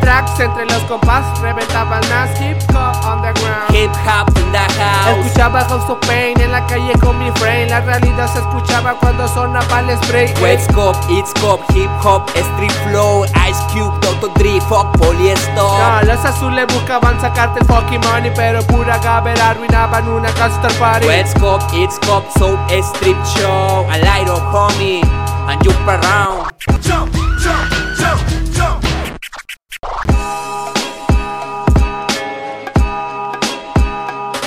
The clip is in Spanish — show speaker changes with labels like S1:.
S1: cracks entre los compás reventaban más hip hop underground.
S2: Hip hop in the house.
S1: Escuchaba House of Pain en la calle con mi frame. La realidad se escuchaba cuando sonaba el spray.
S2: West Cop, It's Cop, Hip Hop, Street Flow, Ice Cube, Toto Dre, Fuck,
S1: No,
S2: Poliestor.
S1: Ah, los azules buscaban sacarte el fucking money, pero pura gabber arruinaban una gangster party.
S2: West Cop, It's Cop, Soul Strip Show, a light of homie, and you around.